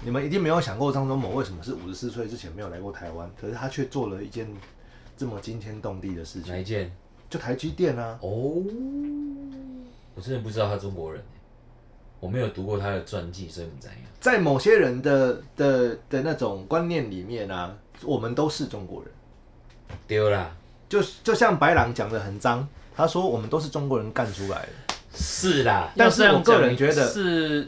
你们一定没有想过张忠谋为什么是五十四岁之前没有来过台湾，可是他却做了一件这么惊天动地的事情，哪一件？就台积电啊，哦，我真的不知道他中国人欸，我没有读过他的传记，所以不怎样。在某些人的的的那种观念里面啊，我们都是中国人，丢啦，就就像白狼讲的很脏，他说我们都是中国人干出来的，是啦，但是要这我样讲个人觉得是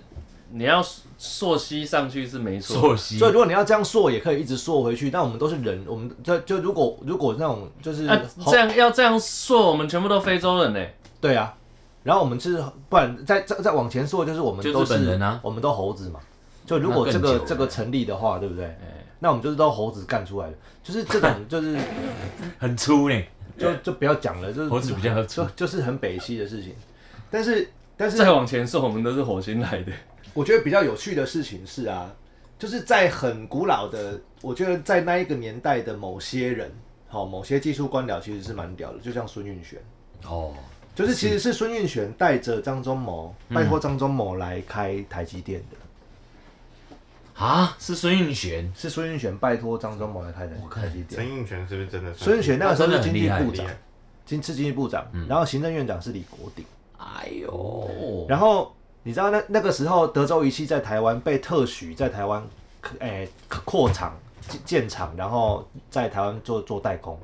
你要溯溪上去是没错，朔溪所以如果你要这样说，也可以一直说回去，但我们都是人，我们就就如果如果那种就是、啊，好这样要这样说，我们全部都非洲人呢、对啊，然后我们是不然再再再往前说，就是我们就都日是本人啊我们都猴子嘛。就如果那这更个久了这个成立的话，对不对？哎那我们就是都猴子干出来的，就是这种 就是很粗呢，就就不要讲了，就是猴子比较粗就。就是很北西的事情。但是但是再往前说，我们都是火星来的。我觉得比较有趣的事情是啊，就是在很古老的，我觉得在那一个年代的某些人，好、某些技术官僚其实是蛮屌的，就像孙运璇，哦，就是其实是孙运璇带着张忠谋，拜托张忠谋来开台积电的，啊，是孙运璇，是孙运璇拜托张忠谋来开台台积陈电。运泉是不是真的算？孙运璇那个时候是经济他真的部很厉长害厉害，经是经济部长，然后行政院长是李国鼎。哎呦，然后你知道那那个时候德州仪器在台湾被特许在台湾，诶、扩厂建建厂，然后在台湾做做代工，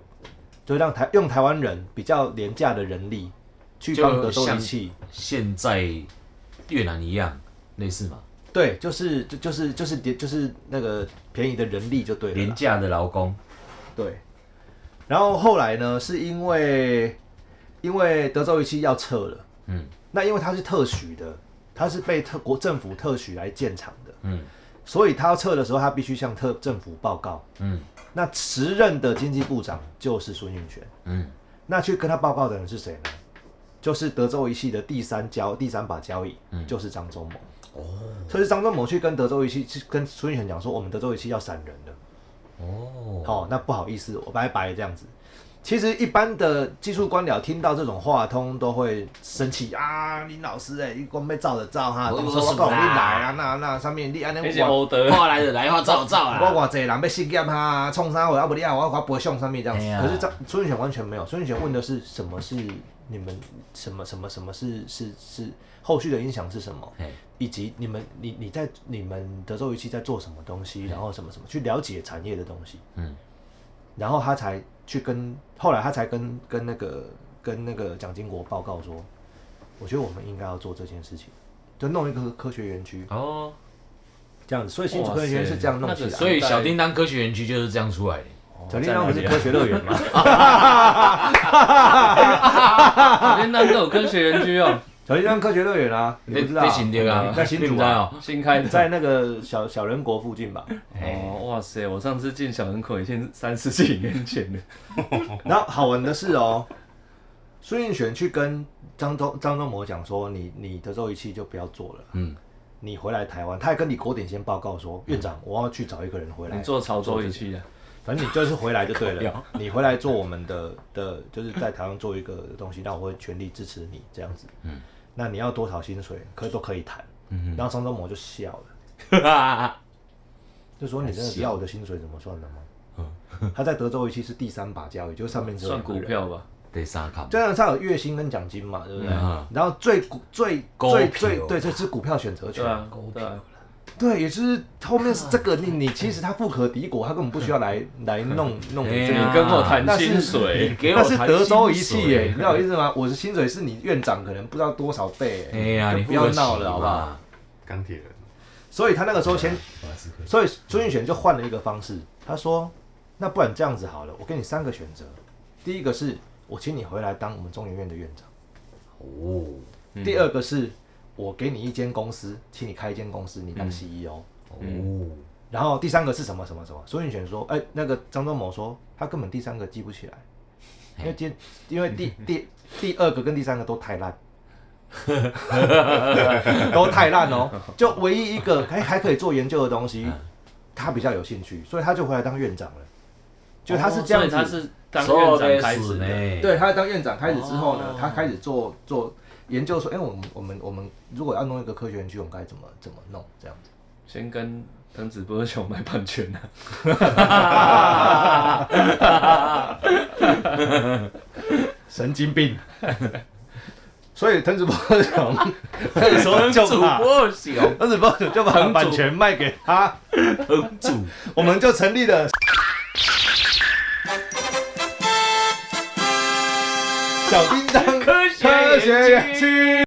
就让台用台湾人比较廉价的人力去就帮德州仪像器。现在越南一样，类似嘛，对，就是就就是就是廉就是那个便宜的人力就对了廉啦。价的劳工，对。然后后来呢，是因为因为德州仪器要撤了，嗯那因为它是特许的，它是被特国政府特许来建厂的，嗯所以他要撤的时候，他必须向特政府报告。嗯那时任的经济部长就是孙运璇，嗯，那去跟他报告的人是谁呢？就是德州仪器的第三交第三把交椅，嗯就是张忠谋。哦，所以张忠谋去跟德州仪器去跟孙运璇讲说，我们德州仪器要闪人了。哦，哦，那不好意思，我拜拜这样子。其实一般的技术官僚听到这种话，通通都会生气啊！林老师哎、欸，你光被照着照哈，我都我说是我搞你啦来啊，那那上面你安尼那些欧德，话来的来，话照照我啊，偌济人要失业哈，创啥货啊不你啊，我我不会上上面这样子。哎呀可是张孙运璇完全没有，孙运璇问的是什么是你们什么什么什么是是是后续的影响是什么，嘿以及你们你你在你们德州仪器在做什么东西，然后什么什么去了解产业的东西，嗯，然后他才去跟后来他才跟跟那个跟那个蒋经国报告说，我觉得我们应该要做这件事情，就弄一个科学园区哦，这样子，所以新竹哇科学园塞是这样弄那起个来的。所以小叮当科学园区就是这样出来的，小叮当不是科学乐 园吗？小叮当都有科学园 区哦，小叮当科学乐园啊，你不知道啊？你行对啊，在新你不竹知啊，道哦，新开 的。在那个小小人国附近吧。哦，哇塞！我上次进小人口已经三十几年前了。然后好玩的是哦，孙运璇去跟张忠张忠谋讲说，你你德州仪器就不要做了，嗯，你回来台湾。他还跟李国鼎先报告说，院长，我要去找一个人回来你，做潮州仪器啊？反正你就是回来就 对了，你回来做我们的的，就是在台湾做一个东西，那我会全力支持你这样子。嗯，那你要多少薪水，可都可以谈。嗯，然后张忠谋就笑了。 就哎说你啊真的知道我的薪水怎么算的吗？嗯 他在德州仪器是第三把交椅，就是上面只有算两个股 人。票吧。第三卡就像他有月薪跟奖金嘛，对不对？嗯然后最股最高最票最对，这是股票选择对权。啊，对啊。对，也就是后 面是这个，你你其实他富可敌国，他根本不需要来来弄弄你哎这你个呀。跟我谈啊那是薪水，给那是谈德州仪薪器水耶，你知道我意思吗？我的薪水是你院长可能不知道多少倍耶，哎呀，就你不要付得起闹了好不好？嘛？钢铁人，所以他那个时候先我还是可以所以孙运璇就换了一个方式，他说：“那不然这样子好了，我给你三个选择。第一个是我请你回来当我们中研院的院长；哦第二个是我给你一间公司，请你开一间公司，你当 E CEO。哦，然后第三个是什么什么什么？孙运璇说：“哎、那个张忠谋说他根本第三个记不起来，因为第因为 第第第二个跟第三个都太烂，都太烂哦。就唯一一个还还可以做研究的东西，嗯他比较有兴趣，所以他就回来当院长了。就他是这样哦所以子，他是当院所有长的开死始呢的。，对，他当院长开始之后呢，哦他开始做做研究说，哎、我们我们我们如果要弄一个科学园区，我们该怎么怎么弄这样子。”先跟当直播想买版权啊，神经病。 所以藤子不二 雄那时候就主把播小藤子不二雄就把版权卖给他，恒主，我们就成立了。小叮当科学研究园区，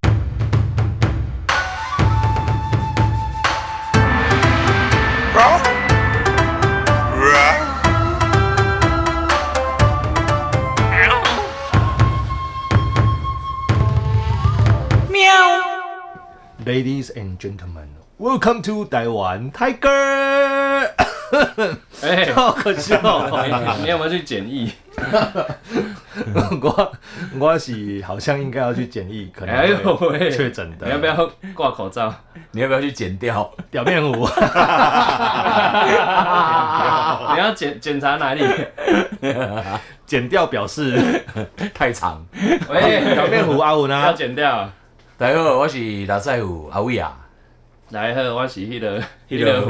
Ladies and gentlemen, welcome to 台湾 Tiger 哎、好可惜哦！你要不要去检疫？我我是好像应该要去检疫，可能哎呦会喂，确诊的。你要不要挂口罩？你要不要去剪掉？表面糊？哦你要检检查哪里？ 剪掉表示太长。喂，表面糊阿文要啊，剪掉。大家好，我是老赛虎阿伟啊。来喝，我是迄个迄个湖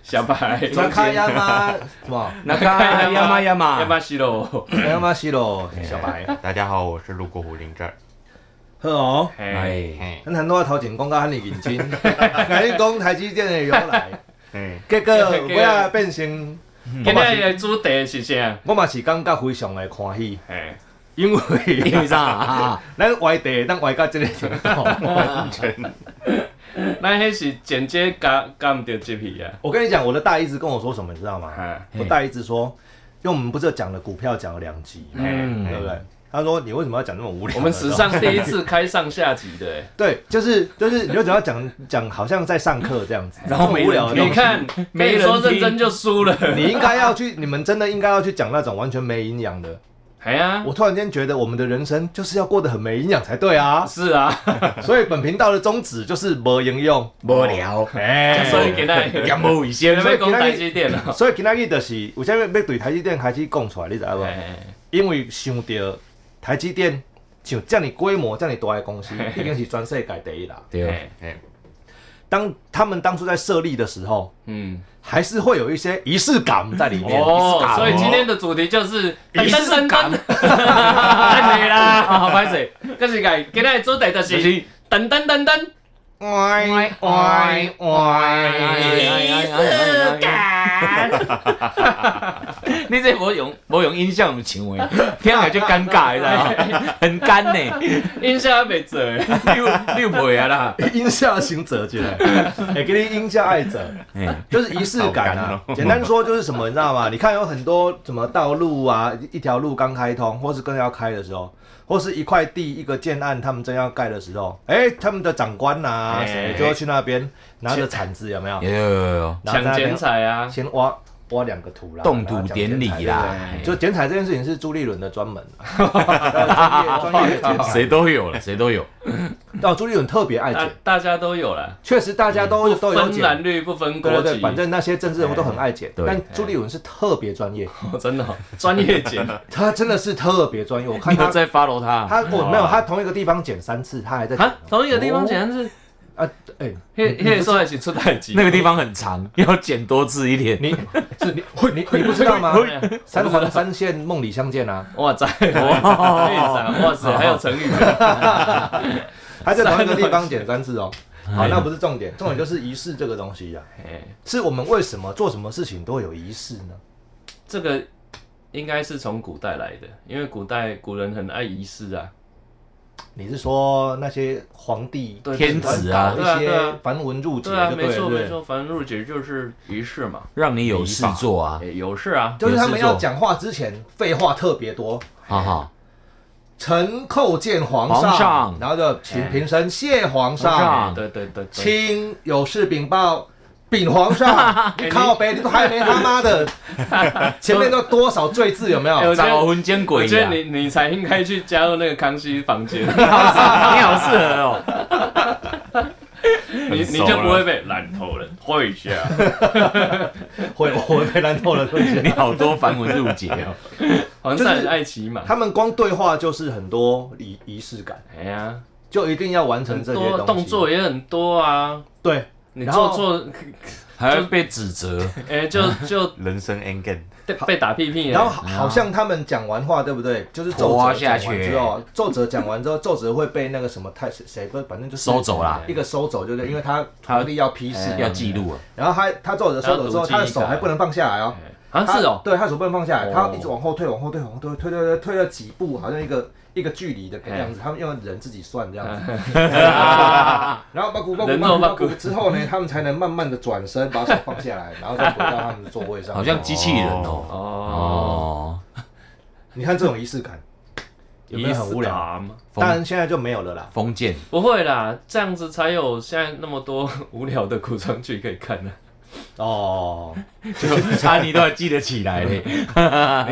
小白，那卡亚吗？ 什么？那个亚麻亚要不麻，要洗喽？卡亚吗？西罗小哎白，大家好，我是路过胡林这儿。好哦。哎，哎，嘿，咱很多头前讲到很认真， 甲你讲台积电的由来，嘿，结果尾啊变成，今天的主题是啥？我嘛是感觉非常的欢喜，哎，因为 因为啥啊？咱外地咱外到这个情况。咱迄哎是剪接加加唔着这批啊。 我跟你讲，我的大姨子跟我说什么，你知道吗？哎，我大姨子说，因为我们不是有讲了股票讲了两集嘛，嗯对不对？她说你为什么要讲那么无聊的我东西？们史上第一次开上下集的欸，对，就是就是，你就只要讲讲，好像在上课这样 子，然后这没种无聊的人东你西。看，没没人说听认真就输了。 你应该要去，你们真的应该要去讲那种完全没营养的。哎呀，我突然间觉得我们的人生就是要过得很没营养才对 啊，是啊，所以本频道的宗旨就是没营 养。无聊，哎所以给他也无为先要被讲台积电了。所以今仔日就是为什么要对台积电开始讲出来，你知道无？ 哎，因为想到台积电像这样规模、这样大的公 司，已经是全世界第一啦。对，哎嘿，当他们当初在设立的时候，嗯，还是会有一些仪式感在里面。哦仪式，感所以今天的主题就是仪式感，太 美啦！好，歹势，可是个今天的主题就就是是噔噔噔噔，歪歪歪，哎你这无用无用音效唔唱诶，听起来就尴尬，你知道吗？很干呢，音效还 没做欸，六六倍啊啦，音效行者进来，哎，给你音效爱者，哎，就是仪式感啊好干。哦简单说就是什么，你知道吗？你看有很多什么道路啊，一一条路刚开通，或是更要开的时候，或是一块地一个建案，他们正要盖的时候，哎，他们的长官呐，哎谁就会去那边拿着铲子，有没有？有有有有，然后在抢那边剪彩啊，先挖挖两个土啦，动然后土讲典礼剪彩啦对不，对就剪彩这件事情是朱立伦的专门啊，专业专业的剪彩谁都有了，谁都有，哦，朱立伦特别爱大剪，大家都有了，确实大家都都有分蓝剪，啊绿不对分国对籍对，，反正那些政治人物都很爱剪，对但朱立伦是特别专业，真的哦专 业剪，他真的是特别专业，我看你有他。在 follow 他？他我没有，他同一个地方剪三次，他还在剪啊，同一个地方剪是，啊，哎，迄迄个时候还是出代志，那个 地方很长，要剪多次一点。你是你你你不知道 吗？三环三线梦里相见啊，哇塞，哇塞，还有成语，他在同一个地方剪三次哦。好，那不是重点，重点就是仪式这个东西啊。哎是我们为什么做什么事情都会有仪式呢？这个应该是从古代来的，因为古代古人很爱仪式啊，你是说那些皇帝对天子啊搞一些繁文�录节对啊，就没对错了，没对不错，反正入节就是仪式嘛，让你有事做啊，哎有事啊，对？就是他们有事要做讲话之前废话特别多。好好，臣叩见皇上，皇上然后就请平身谢皇皇上，上哎对对对，对卿有事禀报。禀皇 上，你靠北，你都还没他妈的，前面都多少罪字有没哎有我？觉得找婚奸啊我鬼觉得呀！你你才应该去加入那个康熙房间，你好适，你好适合哦。 你你就不会被染头了，会 一下，会，我会被烂透了，对不起。你好多繁文缛节 哦。皇上很爱骑马，他们光对话就是很多仪仪式感，哎呀，就一定要完成很这些东西。多动作也很多啊，对，你然后做错还会被指责，哎、就就 人生 N g a n 被被打屁屁、欸，然后好好像他们讲完话，对不对？就是奏拖折下讲完去之后，奏折讲完之后，奏折会被那个什么太谁谁不，反正就是收走啦一个收走，对不对？因为他皇帝要批哎哎示，要记录啊，然后他他奏折收走之后，他他的要读记忆手还不能放下来哦。啊他是哦、对，他手不能放下来，哦他一直往后退，往后退，往后退，退退退，退了几步，好像一个一个距离的样子。他们用人自己算这样子， 啊然后把鼓把鼓人肉把八股鼓之后呢，他们才能慢慢的转身，把手放下来，然后再回到他们的座位上。好像机器人哦。哦，哦，你看这种仪式感，有没有很无聊？吗？风当然现在就没有了啦。封建啊不会啦，这样子才有现在那么多 无聊的古装剧可以看啊呢、哦，就差你都还记得起来嘞， 你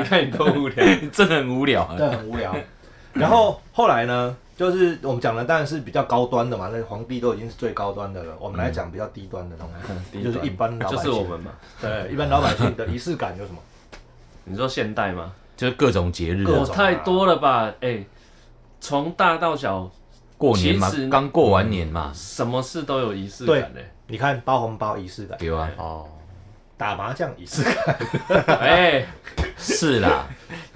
看你多无聊， 真的很无聊哎啊。对，很无聊。然后后来呢，就是我们讲的当然是比较高端的嘛，那皇帝都已经是最高端的了。我们来讲比较低端的东西，嗯就是一般老百就姓，是我们嘛。对一般老百姓的仪式感有什么？ 你说现代吗？就是各种节日啊，各我种啊太多了吧？哎、从大到小，过年嘛其实，刚过完年嘛，什么事都有仪式感呢、你看包红包仪式感，对吧？嗯哦，打麻将仪式啊感，哎、是啦，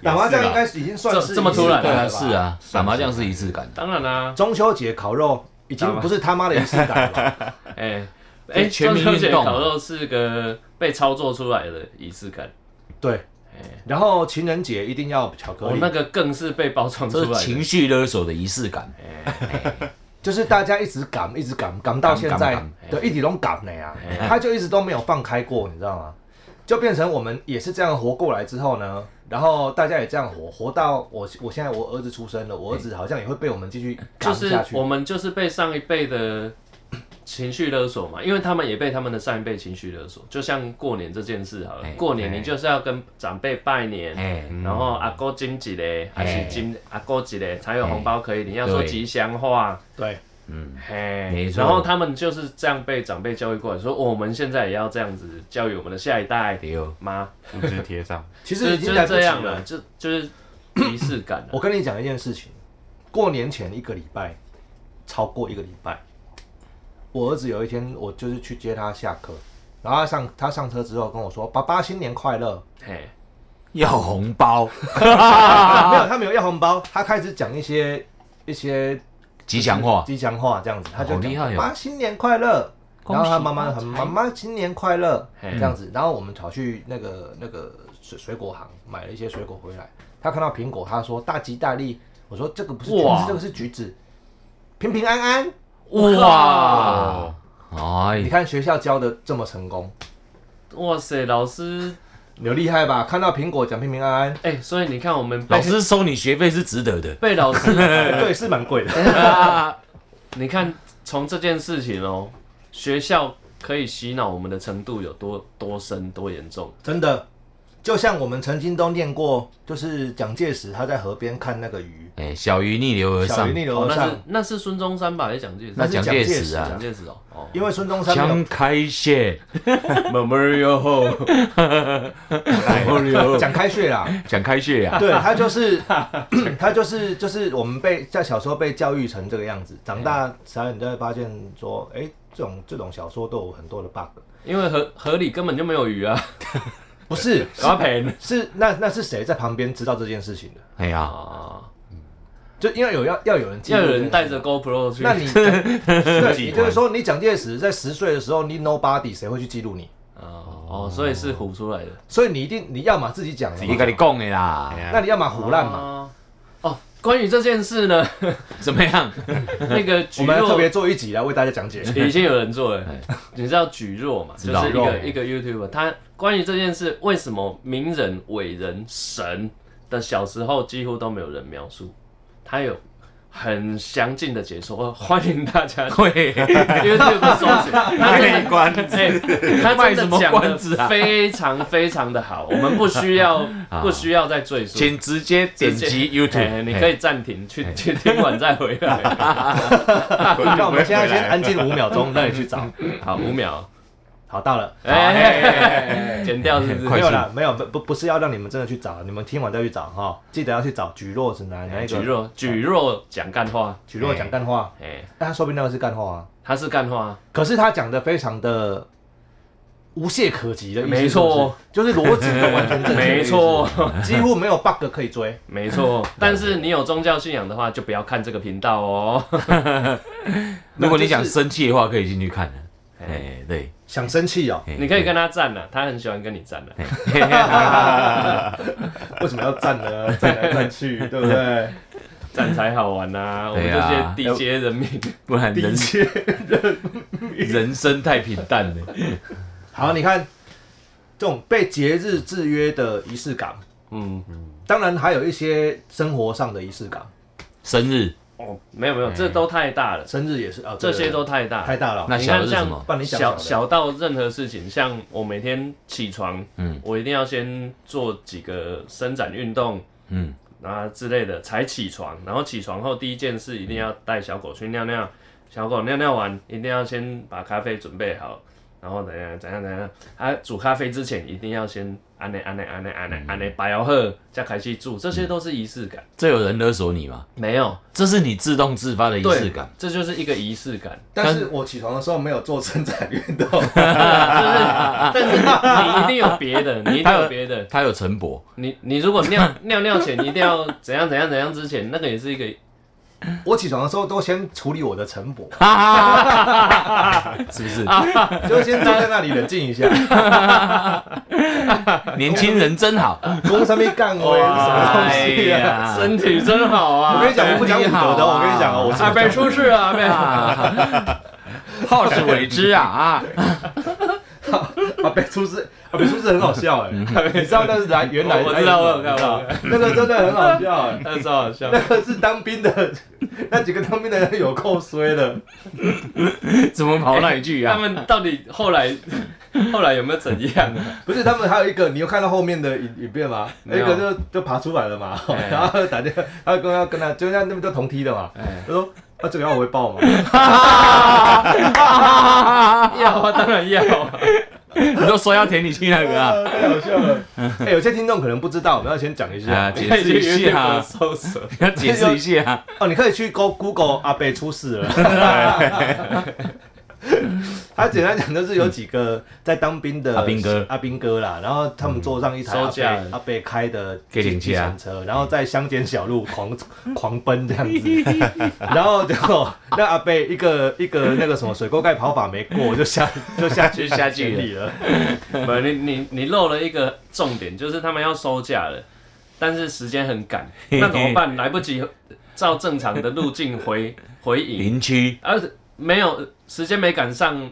打麻将应该已经算是这这 么突然对了啊，吧是。啊，打麻将是仪式感 的，当然啦、中秋节烤肉已经不是他妈的仪式感了吧，哎、这哎，全民中秋节运动啊烤肉是个被操作出来的仪式感，对。然后情人节一定要巧克我、力，哎哦那个更是被包装出这来是的。情绪勒索的仪式感。哎就是大家一直赶，一直赶，赶到现在赶赶，哎对，一直都赶了呀，他就一直都没有放开过，你知道吗？就变成我们也是这样活过来之后呢，然后大家也这样活，活到我我现在我儿子出生了，我儿子好像也会被我们继续就赶是下去我，们就是被上一辈的情绪勒索嘛，因为他们也被他们的上一辈情绪勒索。就像过年这件事好了，哎过年哎你就是要跟长辈拜年，哎，然后阿哥金几嘞，还是哎金阿哥几嘞才有红包可以领，要说对吉祥话，对，嗯，嘿，没错然后他们就是这样被长辈教育过来，说哦我们现在也要这样子教育我们的下一代对哦，妈，复制贴上，其就实是已就经来是不及这样啊了了，。就就是仪式感我了。跟你讲一件事情，过年前一个礼拜，超过一个礼拜，我儿子有一天我就是去接他下课，然后他上他上车之后跟我说：“爸爸新年快乐。”嘿，要红包， 啊啊没有，他没有要红包，他开始讲一些一些吉祥话，吉祥话这样子，他就好讲厉害哦妈新年快乐，恭然喜后他妈妈发很妈财妈新年快乐嘿这样子，然后我们跑去那个那个水水果行买了一些水果回来，他看到苹果，他说大吉大利，我说这个不是橘子哇，这个是橘子，平平安安，哇哇，哎你，看学校教的这么成功，哇塞，老师，有厉害吧？看到苹果讲平平安安，哎、所以你看我们被老师收你学费是值得的。被老师 哎对，是蛮贵的， 你看，从这件事情哦，学校可以洗脑我们的程度有多多深、多严重？真的。就像我们曾经都念过，就是蒋介石他在河边看那个鱼，哎，小鱼逆流而小上鱼，逆流哦，而那上，是那是孙中山吧？还是蒋介石？那是蒋蒋介介石石啊蒋，介石哦。哦，因为孙中山没江开谢，Memorial Hall，有 Memorial 讲开穴 啦，蒋开谢啊，对他就是 他就是就是我们被在小时候被教育成这个样子，长哎大才你就会发现说，哎、这种这种小说都有很多的 bug，因为河河里根本就没 有鱼啊，不是要赔是那那是谁在旁边知道这件事情的？哎呀，啊，就因为有要要有人记录要有这件人事带着 GoPro 去。那 你对，也就是说你蒋介石在十岁的时候，你 nobody 谁会去记录你？哦哦，所以是唬出来的。所以你一定你要么自己讲了嘛，你跟你讲的啦啊哎，呀那你要么胡乱嘛。嘛。哦，关于这件 事呢，怎么样？那个我举们要特弱别做一集来为大家讲 解。已经有人做了哎， 你知道举弱嘛？就道是一举个弱一个 YouTuber，他关于这件事，为什么名人、伟人、神的小时候几乎都没有人描述？他有很详尽的解说， 欢迎大家会 YouTube 搜寻。他真卖的，关子，哎，他卖什真的么讲关子的啊非常非常的好，我们不需要 不需要再赘述。请直接点击哎 YouTube，哎你可以以暂停去去听完再回 来。 那我们现在先安静五秒钟，让你去 找。好，五秒，好，到了。哎，剪掉是不没快是？有啦，没有不不不是要让你们真的去找，你们听完再去找哈，记得要去找举弱指南，那个哎举弱举弱讲干话，举弱讲干话，哎，但他说不定那个是干话啊，他是干话，可是他讲的非常的无懈可击的意思，没错是不是，就是逻辑都完全正确的意 没思，错，几乎没有 bug 可以追。没错。但是你有宗教信仰的话，就不要看这个频 道哦。如果就你是想生气的话，可以进去看的。哎哎，对，想生气 哦， 哎你可以跟他站了、他很喜欢跟你站了、啊为什么要站呢？站来站去，对不对？站才好玩呐、 我们对啊这些地阶人民，不然人切。人生太平淡了。好，你看这种被节日制约的仪式感，嗯，当然还有一些生活上的仪式感，生日 哦，没有没哎有，这都太大了，生日也是啊，这些对都太大了。太大了。那你小看的是像什么？不然你讲小小的小到任何事情，像我每天起床，嗯我一定要先做几个伸展运动嗯，啊之类的才起床。然后起床后第一件事一定要带小狗去尿尿，小狗尿尿完一定要先把咖啡准备好，然后怎样怎样怎样。啊，煮咖啡之前一定要先安内安内安内安嗯内安内白摇喝，再开始煮，这些都是仪式感。这有人勒索你吗？没有这是你自动自发的仪对式感。这就是一个仪式感。但是我起床的时候没有做伸展运 动，啊就是，但是你一定有别的，你一定有别的。他有陈博，你你如果尿 尿尿前一定要怎样怎样怎样之前，那个也是一个我起床的时候都先处理我的晨 勃，是不是？就先坐在那里冷静 一下，年轻人真好。公上面干我什么东西啊？哎呀身体真好我 啊！跟你讲，我不讲武德的，我跟你讲哦，我是阿贝出事啊啊，阿贝，啊，好自为之啊啊！阿北出事，阿北出事很好笑 哎，你知道那是来原来我我知道我有看你知道我有看那个真的很好笑哎。那超好笑 那。个是当兵的， 那几个当兵的人有够衰的，怎么跑那一句他啊？们到底后来 后来有没有怎样啊？不是他们还有一个，你有看到后面的影影片吗？那没有个就就爬出来了嘛，哎然后打电话，他跟他跟他，就像那边都同梯的嘛，哎，他说啊这个要我会报吗？要啊，当然要啊。你都说要舔你去那个啊？啊太好笑了。 哎，有些听众可能不知道，我们要先讲一下啊，解释一下啊，搜索 要解释一下啊。 哦，你可以去 Go Google 阿北出事了。他简单讲就是有几个在当兵的阿兵哥阿兵哥啦，然后他们坐上一台嗯阿收假北阿北开的给领计家程车，然后在乡间小路狂狂奔这样子，然后结果那阿北一个一个那个什么水沟盖跑法没过，就下就下去就下去井里了。 不，你你你漏了一个重点，就是他们要收假了，但是时间很赶，那怎么办？来不及照正常的路径回回营，邻居，而且没有时间没赶上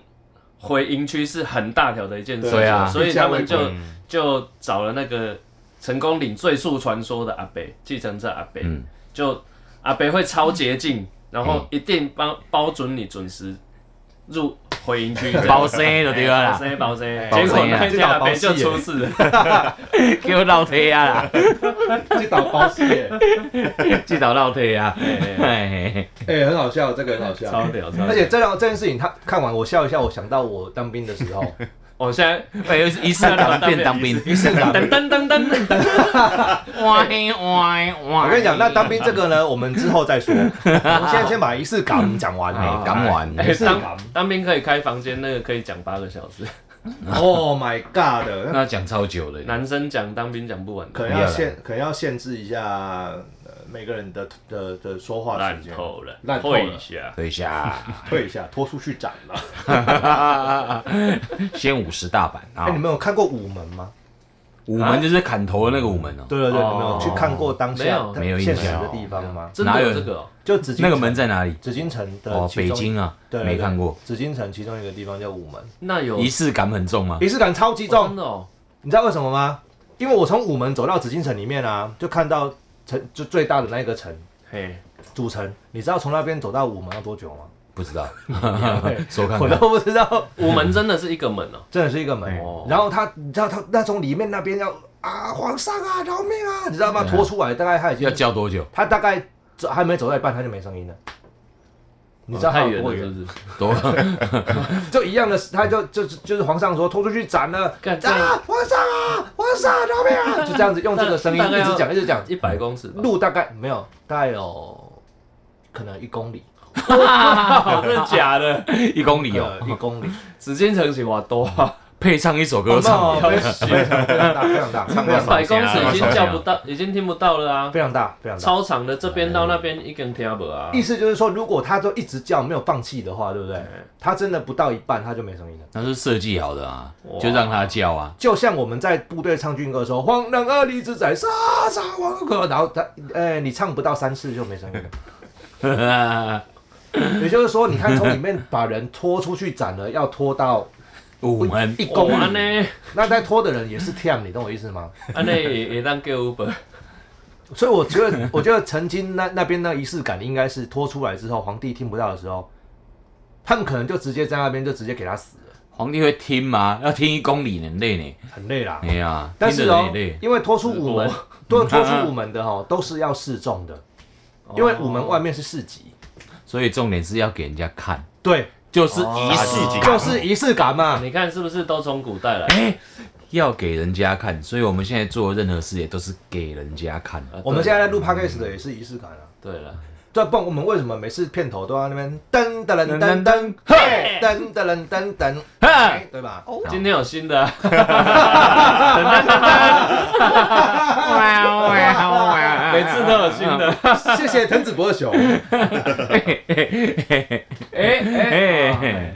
回营区是很大条的一件事，对啊所以他们就嗯就找了那个成功岭最速传说的阿北，计程车阿北，嗯，就阿北会超捷径，然后一定帮包准你准时入回营区，这样包生就对了包啦，生包生，包生结果那哎啊一天阿北就出事了，给我闹腿啊啦，去打包蟹，去找闹腿啊。 哎哎，哎、很好笑，这个很好笑。超屌超屌！而且这让这件事情，他看完我笑一下，我想到我当兵的时候，我现在哎，一次当变当 兵，于是打噔噔噔噔噔，歪歪歪。我跟你讲，那当兵这个呢，我们之后再 说。我们现在先把仪式感讲完。哎，敢玩，哎是当吧当兵可以开房间，那个可以讲八个小时， Oh my god！那那讲超久的，男生讲当兵讲不完的，可能要限，可能要限制一下呃每个人的的的说话烂时间，透了，烂透了退一下，等一下，退一下，拖出去斩了。 先五十大板 哎，你啊，们有看过《午门》吗？午门就是砍头的那个午门哦，对对对，哦你们有去看过当没下有它没有印现象实的地方吗？真哪的有有这个哦，就紫禁那城个门在哪里？紫禁城的哦，其北中京啊，对没看过，，对对紫禁城其中一个地方叫午门，那有仪式感很重吗？仪式感超级哦重真。的哦，你知道为什么吗？因为我从午门走到紫禁城里面啊，就看到城就最大的那个城嘿，主城。你知道从那边走到午门要多久吗？不 知道，说看我看。都不知道，午门真的是一个门哦，真的是一个门。哦然后他，你知道他那从里面那边要啊，皇上啊，饶命啊，你知道吗？嗯对啊拖出来，大概他已经要，叫多久？他大概走还没走到一半，他就没声音了。你知道他哦太有远多了是远？不是？多 就一样的，他就就是就是皇上说拖出去斩了干这 样啊，皇上啊，皇上啊饶命啊，就这样子用这个声音大概一要直讲一直讲，一百公尺吧，路大概没有，大概有可能一公里，啊哇真的假的？ 一公里有哦，呃一公里。紫禁城是多多啊，配上一首歌唱哦也非好常非常非常大，非常大，唱非到常爽大百公尺已经叫不到，已经听不到了啊！非常大，非常大。操场的这边到那边一根听不啊！意思就是说，如果他都一直叫，没有放弃的话，对不对？他真的不到一半，他就没声音了。那是设计好的啊哇，就让他叫啊。 就像我们在部队唱军歌的时候，“荒狼二里之仔，杀杀王哥”，然后他，哎、你唱不到三次就没声音了。也就是说，你看从里面把人拖出去斩了，要拖到我们一公公里，安呢？那在拖的人也是 t 你懂我意思吗？安呢也也当 Uber，所以我觉得， 我觉得曾经那那边那仪式感应该是拖出来之后，皇帝听不到的时候，他们可能就直接在那边就直接给他死了，皇帝会听吗？要听一公里很累呢。很累啦。哎呀，但听是得哦很累，。因为拖出午门直， 拖拖出午门的哦，都是要示众的， 哦因为午门外面是市集，所以重点是要给人家看，对，就是哦仪式感，就是仪式感嘛。哦你看是不是都从古代来？哎要给人家看。所以我们现在做任何事也都是给人家 看。啊我们现在在录 podcast 的也是仪式感啊。对了，对，不然我们为什么每次片头都要那边噔噔噔噔噔，嘿噔噔噔噔噔，哈哎，对吧？今天有新的啊，哎 每次都有新的。谢谢藤子不二雄。哎哎，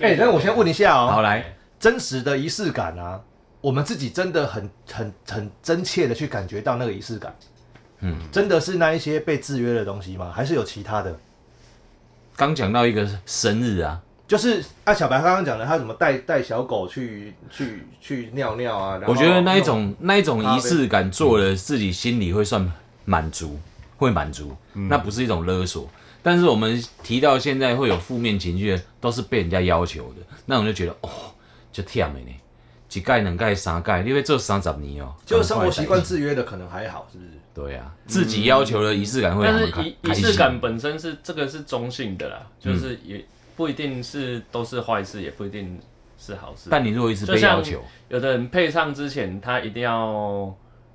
哎，那我先问一下 好哦，来，真实的仪式感啊，我们自己真的很很很真切的去感觉到那个仪式感。嗯，真的是那一些被制约的东西吗？还是有其他的？刚讲到一个生日啊，就是啊，小白刚刚讲的，他怎么带带小狗去去去尿尿啊？然后我觉得那一种那一种仪式感做了，自己心里会算满嗯足，会满足，那不是一种勒索。但是我们提到现在会有负面情绪的，都是被人家要求的，那种就觉得哦，就忝的呢，一盖两盖三盖，因为这三十年哦、就是生活习惯制约的，可能还好，是不是？对啊，自己要求的仪式感会让嗯他但是们开仪开仪心式感本身是这个是中性的啦，嗯就是也不一定是都是坏事，也不一定是好事。但你如果一直被就像要求，有的人配唱之前，他一定要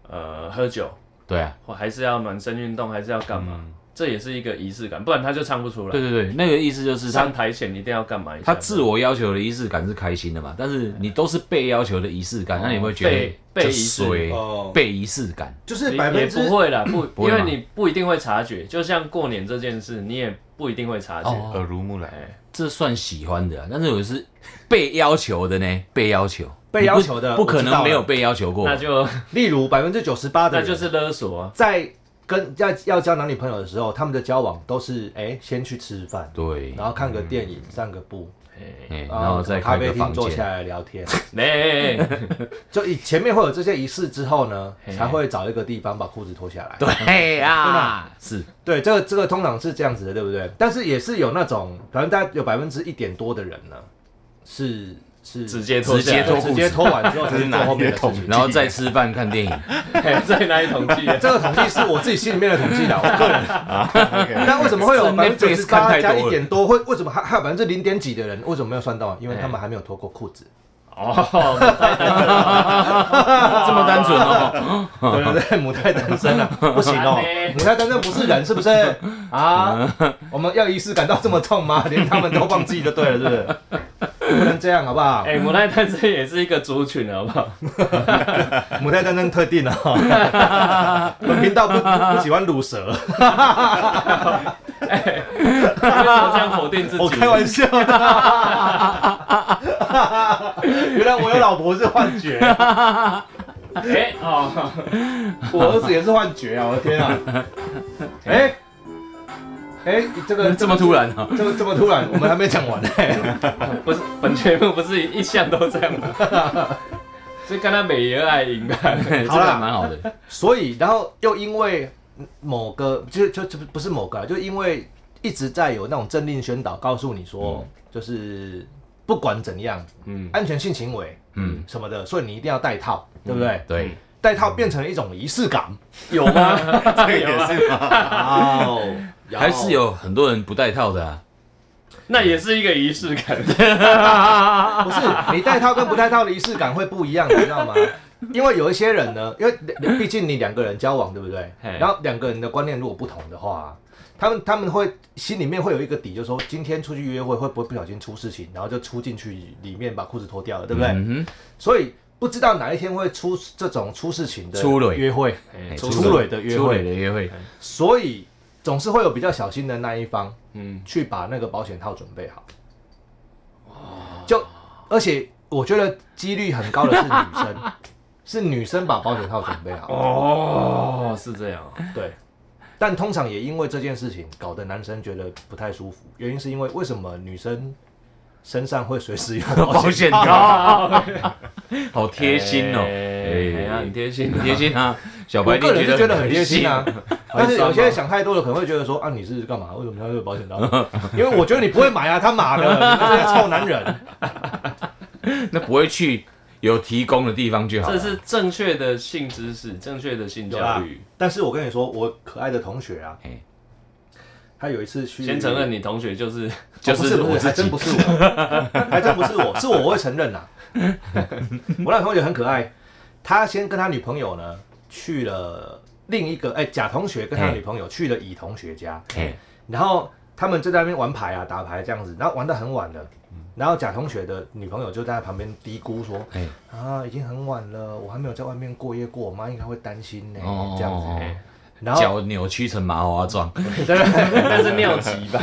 呃喝酒，对啊，或还是要暖身运动，还是要干嘛？这也是一个仪式感，不然他就唱不出嗯对来。对对，那个意思就是他上台前一定要干嘛一下？他自我要求的仪式感是开心的嘛，但是你都是被要求的仪式感，那你会觉得哦被被就仪式衰哦被仪式感。就是也百也分之不会啦，不，会因吗为你不一定会察觉。就像过年这件事，你也不一定会察 觉。哦呃耳濡目染，这算喜欢的啊、但是我是被要求的呢，被要求，被要求的你不不可我知道能了没有被要求过那吧，就例如百分之九十八的 那人，就是勒索啊。在跟要要交男女朋友的时候，他们的交往都是哎、先去吃饭，对，然后看个电影、散个步，哎哎然后再咖开啡个厅房坐下间，来聊天。哎，哎就以前面会有这些仪式之后呢，才会找一个地方把裤子脱下来。 对啊，是对，这个这个通常是这样子的，对不对？但是也是有那种，反正大概有百分之一点多的人呢，是是直接脱直下接来，脱裤子直接脱完 之后才这是去做哪后里面的的事统情。计？然后再吃饭看电 影，哎在哪里统计啊？这个统计是我自己心里面的统计 啦，我个人。但为什么会有是百分之九十 Netflix 看八太加一多了点多？会为什么还还有百分之零点几的人为什么没有算到？因为他们还没有脱过裤子。哦，这么单 纯哦，嗯对对对，母胎单身 啊，不行哦哎，母胎单身不是人是不是啊？我们要仪式感到这么重吗？ 连他们都忘记就对了，是不是？不能这样好不好？哎，母胎单身也是一个族群，好不 好？母胎单身特定啊，本频道不不喜欢乳蛇，为什么这样否定自己？我开玩笑的。 原来我有老婆是幻 觉。哎哦，我儿子也是幻觉啊！我的天 啊！哎、哎、这个这么突，然哦，这么这么突然，我们还没讲完呢、不是，本节目不是一向都这样吗？所以跟他美颜爱赢的， 这个好啦还蛮好的，所以，然后又因为某个，就就就不是某个啊，就因为一直在有那种政令宣导，告诉你说，就是不管怎样，嗯，安全性行为，嗯嗯，什么的，所以你一定要戴套，对不对？对，戴套变成了一种仪式感，有吗？这个也是吗？哦，还是有很多人不戴套的啊，那也是一个仪式 感。不是你戴套跟不戴套的仪式感会不一样，你知 道吗？因为有一些人呢，因为毕竟你两个人交往，对不对？嘿然后两个人的观念如果不同的话，他们他们会心里面会有一个底，就是说今天出去约会会不会不小心出事情，然后就出进去里面把裤子脱掉了，对不对？嗯所以不知道哪一天会出这种出事情的出轨约会，哼，出哎出轨的约出会轨的 约会，所以总是会有比较小心的那一方嗯，去把那个保险套准备好。就而且我觉得几率很高的是女 生，是女生把保险套准备好，哦，是这样啊，对。但通常也因为这件事情，搞得男生觉得不太舒服。原因是因为为什么女生身上会随时有 保保险险套套？ 哦好贴心哦，哎哎呀，很贴心啊，很贴心啊，小白我一个定人是觉觉得很贴心啊，但是有些很爽吗人想太多了，可能会觉得说啊，你是干嘛？为什么要这个保险套？因为我觉得你不会买啊，他妈的，你这些臭男人。很， 那不会去有提供的地方就好这了。是正确的性知识，正确的性有教啦育。但是我跟你说，我可爱的同学啊嘿，他有一次去，先承认你同学就是哦就不是是不我是，自还己真不是我， 还真不是我，是我我会承认 啦。我那同学很可爱，他先跟他女朋友呢去了另一个哎甲同学跟他嘿女朋友去了乙同学家，嘿，然后他们就在那边玩牌啊，打牌这样子，然后玩到很晚了。然后贾同学的女朋友就在旁边嘀咕说哎，：“啊，已经很晚了，我还没有在外面过夜过，我妈应该会担心呢、哦这样子。哦然后，脚扭曲成麻花状，那是尿急吧？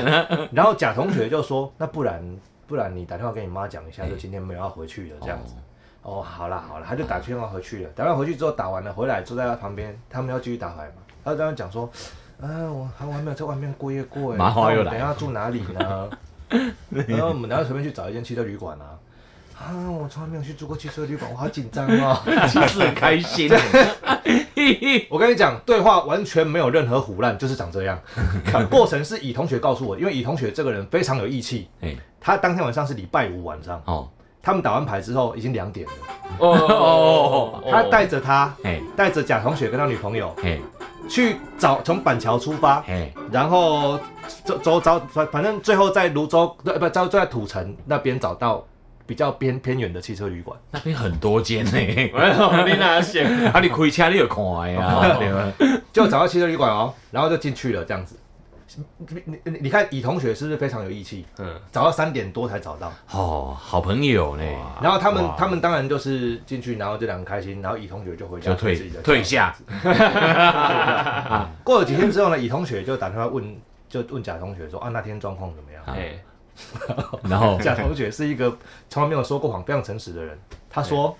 然后贾同学就说：“那不然，不然你打电话给你妈讲一嗯下，就今天没有要回去了这样子。”哦，好啦好啦，他就打电话回去了。打电话回去之后打完了，回来坐在他旁边，他们要继续打牌嘛。他就跟他讲说：“啊，我还我还没有在外面过夜过哎，麻花又那我们等来一下住哪里 呢？然后我们等一下随便去找一间汽车旅馆啊。啊，我从来没有去住过汽车旅馆，我好紧张 哦。其实很开心。 我跟你讲，对话完全没有任何胡乱，就是长这样。过程是乙同学告诉我，因为乙同学这个人非常有义气，哎，他当天晚上是礼拜五晚上，哦，他们打完牌之后已经两点了，哦哦他带着他嘿，带着贾同学跟他女朋友嘿，去找从板桥出发，嘿，然后周周遭反反正最后在泸州呃不在在土城那边找到比较偏偏远的汽车旅馆，那边很多间 呢，没有你哪写？啊，你开车你有看呀，对吧？就找到汽车旅馆哦，然后就进去了这样子。你你你你看乙同学是不是非常有义气？嗯，找到三点多才找到，哦，好朋友呢，然后他们他们当然就是进去，然后就两个开心，然后乙同学就回家就自己退的退下，过了几天之后呢，乙同学就打电话问，就问贾同学说啊，那天状况怎么样？哎，然 后贾同学是一个从来没有说过谎、非常诚实的人。他说：“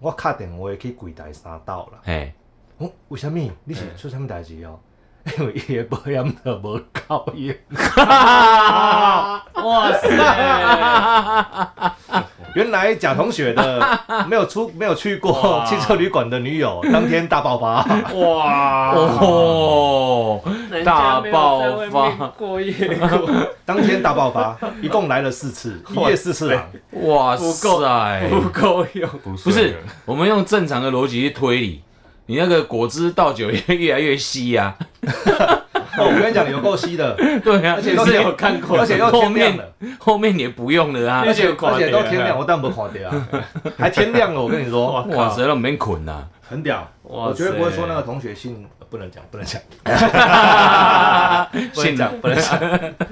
我卡电话去柜台三道啦。哎，”我为什么？你是出什么代志哦？ 因为伊的保险都无够用。哇塞，原来贾同学 的没有出没有去过哇汽车旅馆的女友，当天大爆发。哇，哦，大爆发，过夜过，当天大爆发，一共来了四次，一夜四次郎。哇不塞，够用， 不不顺是了，我们用正常的逻辑去推理，你那个果汁倒酒越越来越稀呀， 哦，我跟你讲，有够稀 的，对啊，而且都是天有看过而且又后天亮面了。后面也不用了啊而，且有看到而且都天亮，我当然没看到啊，还天亮了，我跟你说，哇塞，那没捆啊呐，很屌，哇我绝对不会塞说那个同学姓，呃不能讲，不能 讲，不能信讲，不能讲，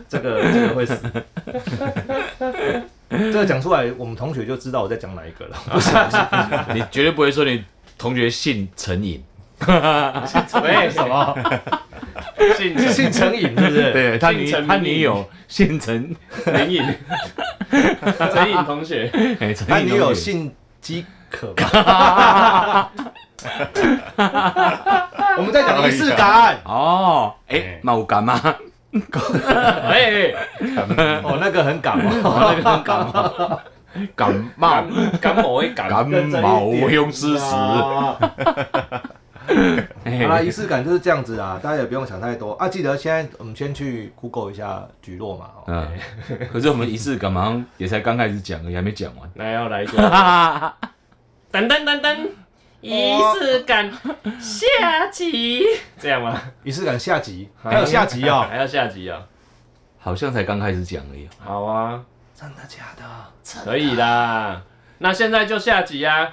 这个这个会死。这个讲出来，我们同学就知道我在讲哪一个了。 你绝对不会说你同学姓陈颖，啊 为什么？性姓陈颖是不是？对他姓女陈他明女颖友姓陈，陈颖，陈颖同学， 哎，陈他颖女同友学姓饥渴吧？ 我们在讲仪式感哦，哎哎，那我干 妈，哎，哦，那个很港哦，那个感冒，感冒，感冒会感感冒用 事实，啊 好啦，哎仪式感就是这样子啊，大家也不用想太多啊。记得现在我们先去 Google 一下菊落嘛。哦嗯，可是我们仪式感好像也才刚开始讲而已，还没讲完。来哦要来一个，噔噔噔噔，仪式感，下集，这样吗？仪式感下集还有下集哦，还要下集啊？好像才刚开始讲而已。好啊，真的假的？可以啦。那现在就下集啊，